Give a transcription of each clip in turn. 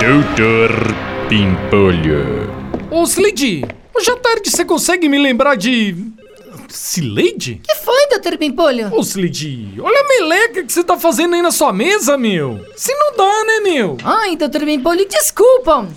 Doutor Pimpolho. Ô, Slade, hoje à tarde você consegue me lembrar de... Slade? que foi, doutor Pimpolho? Ô, Slade, olha a meleca que você tá fazendo aí na sua mesa, meu. Se não dá, né, meu? Ai, doutor Pimpolho, desculpam.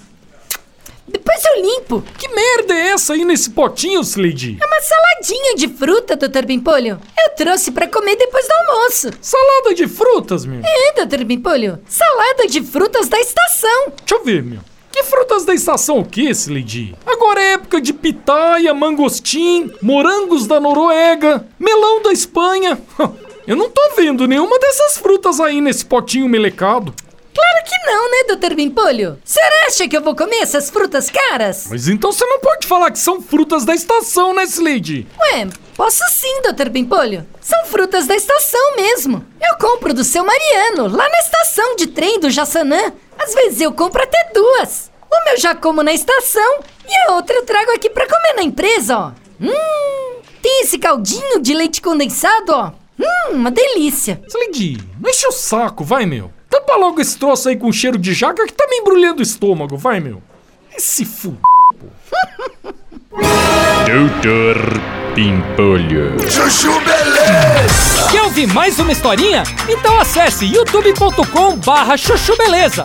Depois eu limpo. Que merda é essa aí nesse potinho, Slade? É uma saladinha de fruta, doutor Pimpolho. Eu trouxe pra comer depois do almoço. Salada de frutas, meu. É, doutor Pimpolho, salada de frutas da estação. Deixa eu ver, meu. Que frutas da estação o que, Slade? Agora é época de pitaia, mangostim, morangos da Noruega, melão da Espanha. Eu não tô vendo nenhuma dessas frutas aí nesse potinho melecado. Claro que não, né, doutor Pimpolho? Será acha que eu vou comer essas frutas caras? Mas então você não pode falar que são frutas da estação, né, Slade? Ué, posso sim, doutor Pimpolho. São frutas da estação mesmo. Eu compro do seu Mariano, lá na estação de trem do Jaçanã. Às vezes eu compro até duas. Uma eu já como na estação e a outra eu trago aqui pra comer na empresa, ó. Hum, tem esse caldinho de leite condensado, ó. Hum, uma delícia. Slade, não enche o saco, vai, meu. Tampa logo esse troço aí com cheiro de jaca que tá me embrulhando o estômago, vai, meu. Esse fu... Doutor Pimpolho. Chuchu Beleza! Quer ouvir mais uma historinha? Então acesse youtube.com barra chuchu beleza.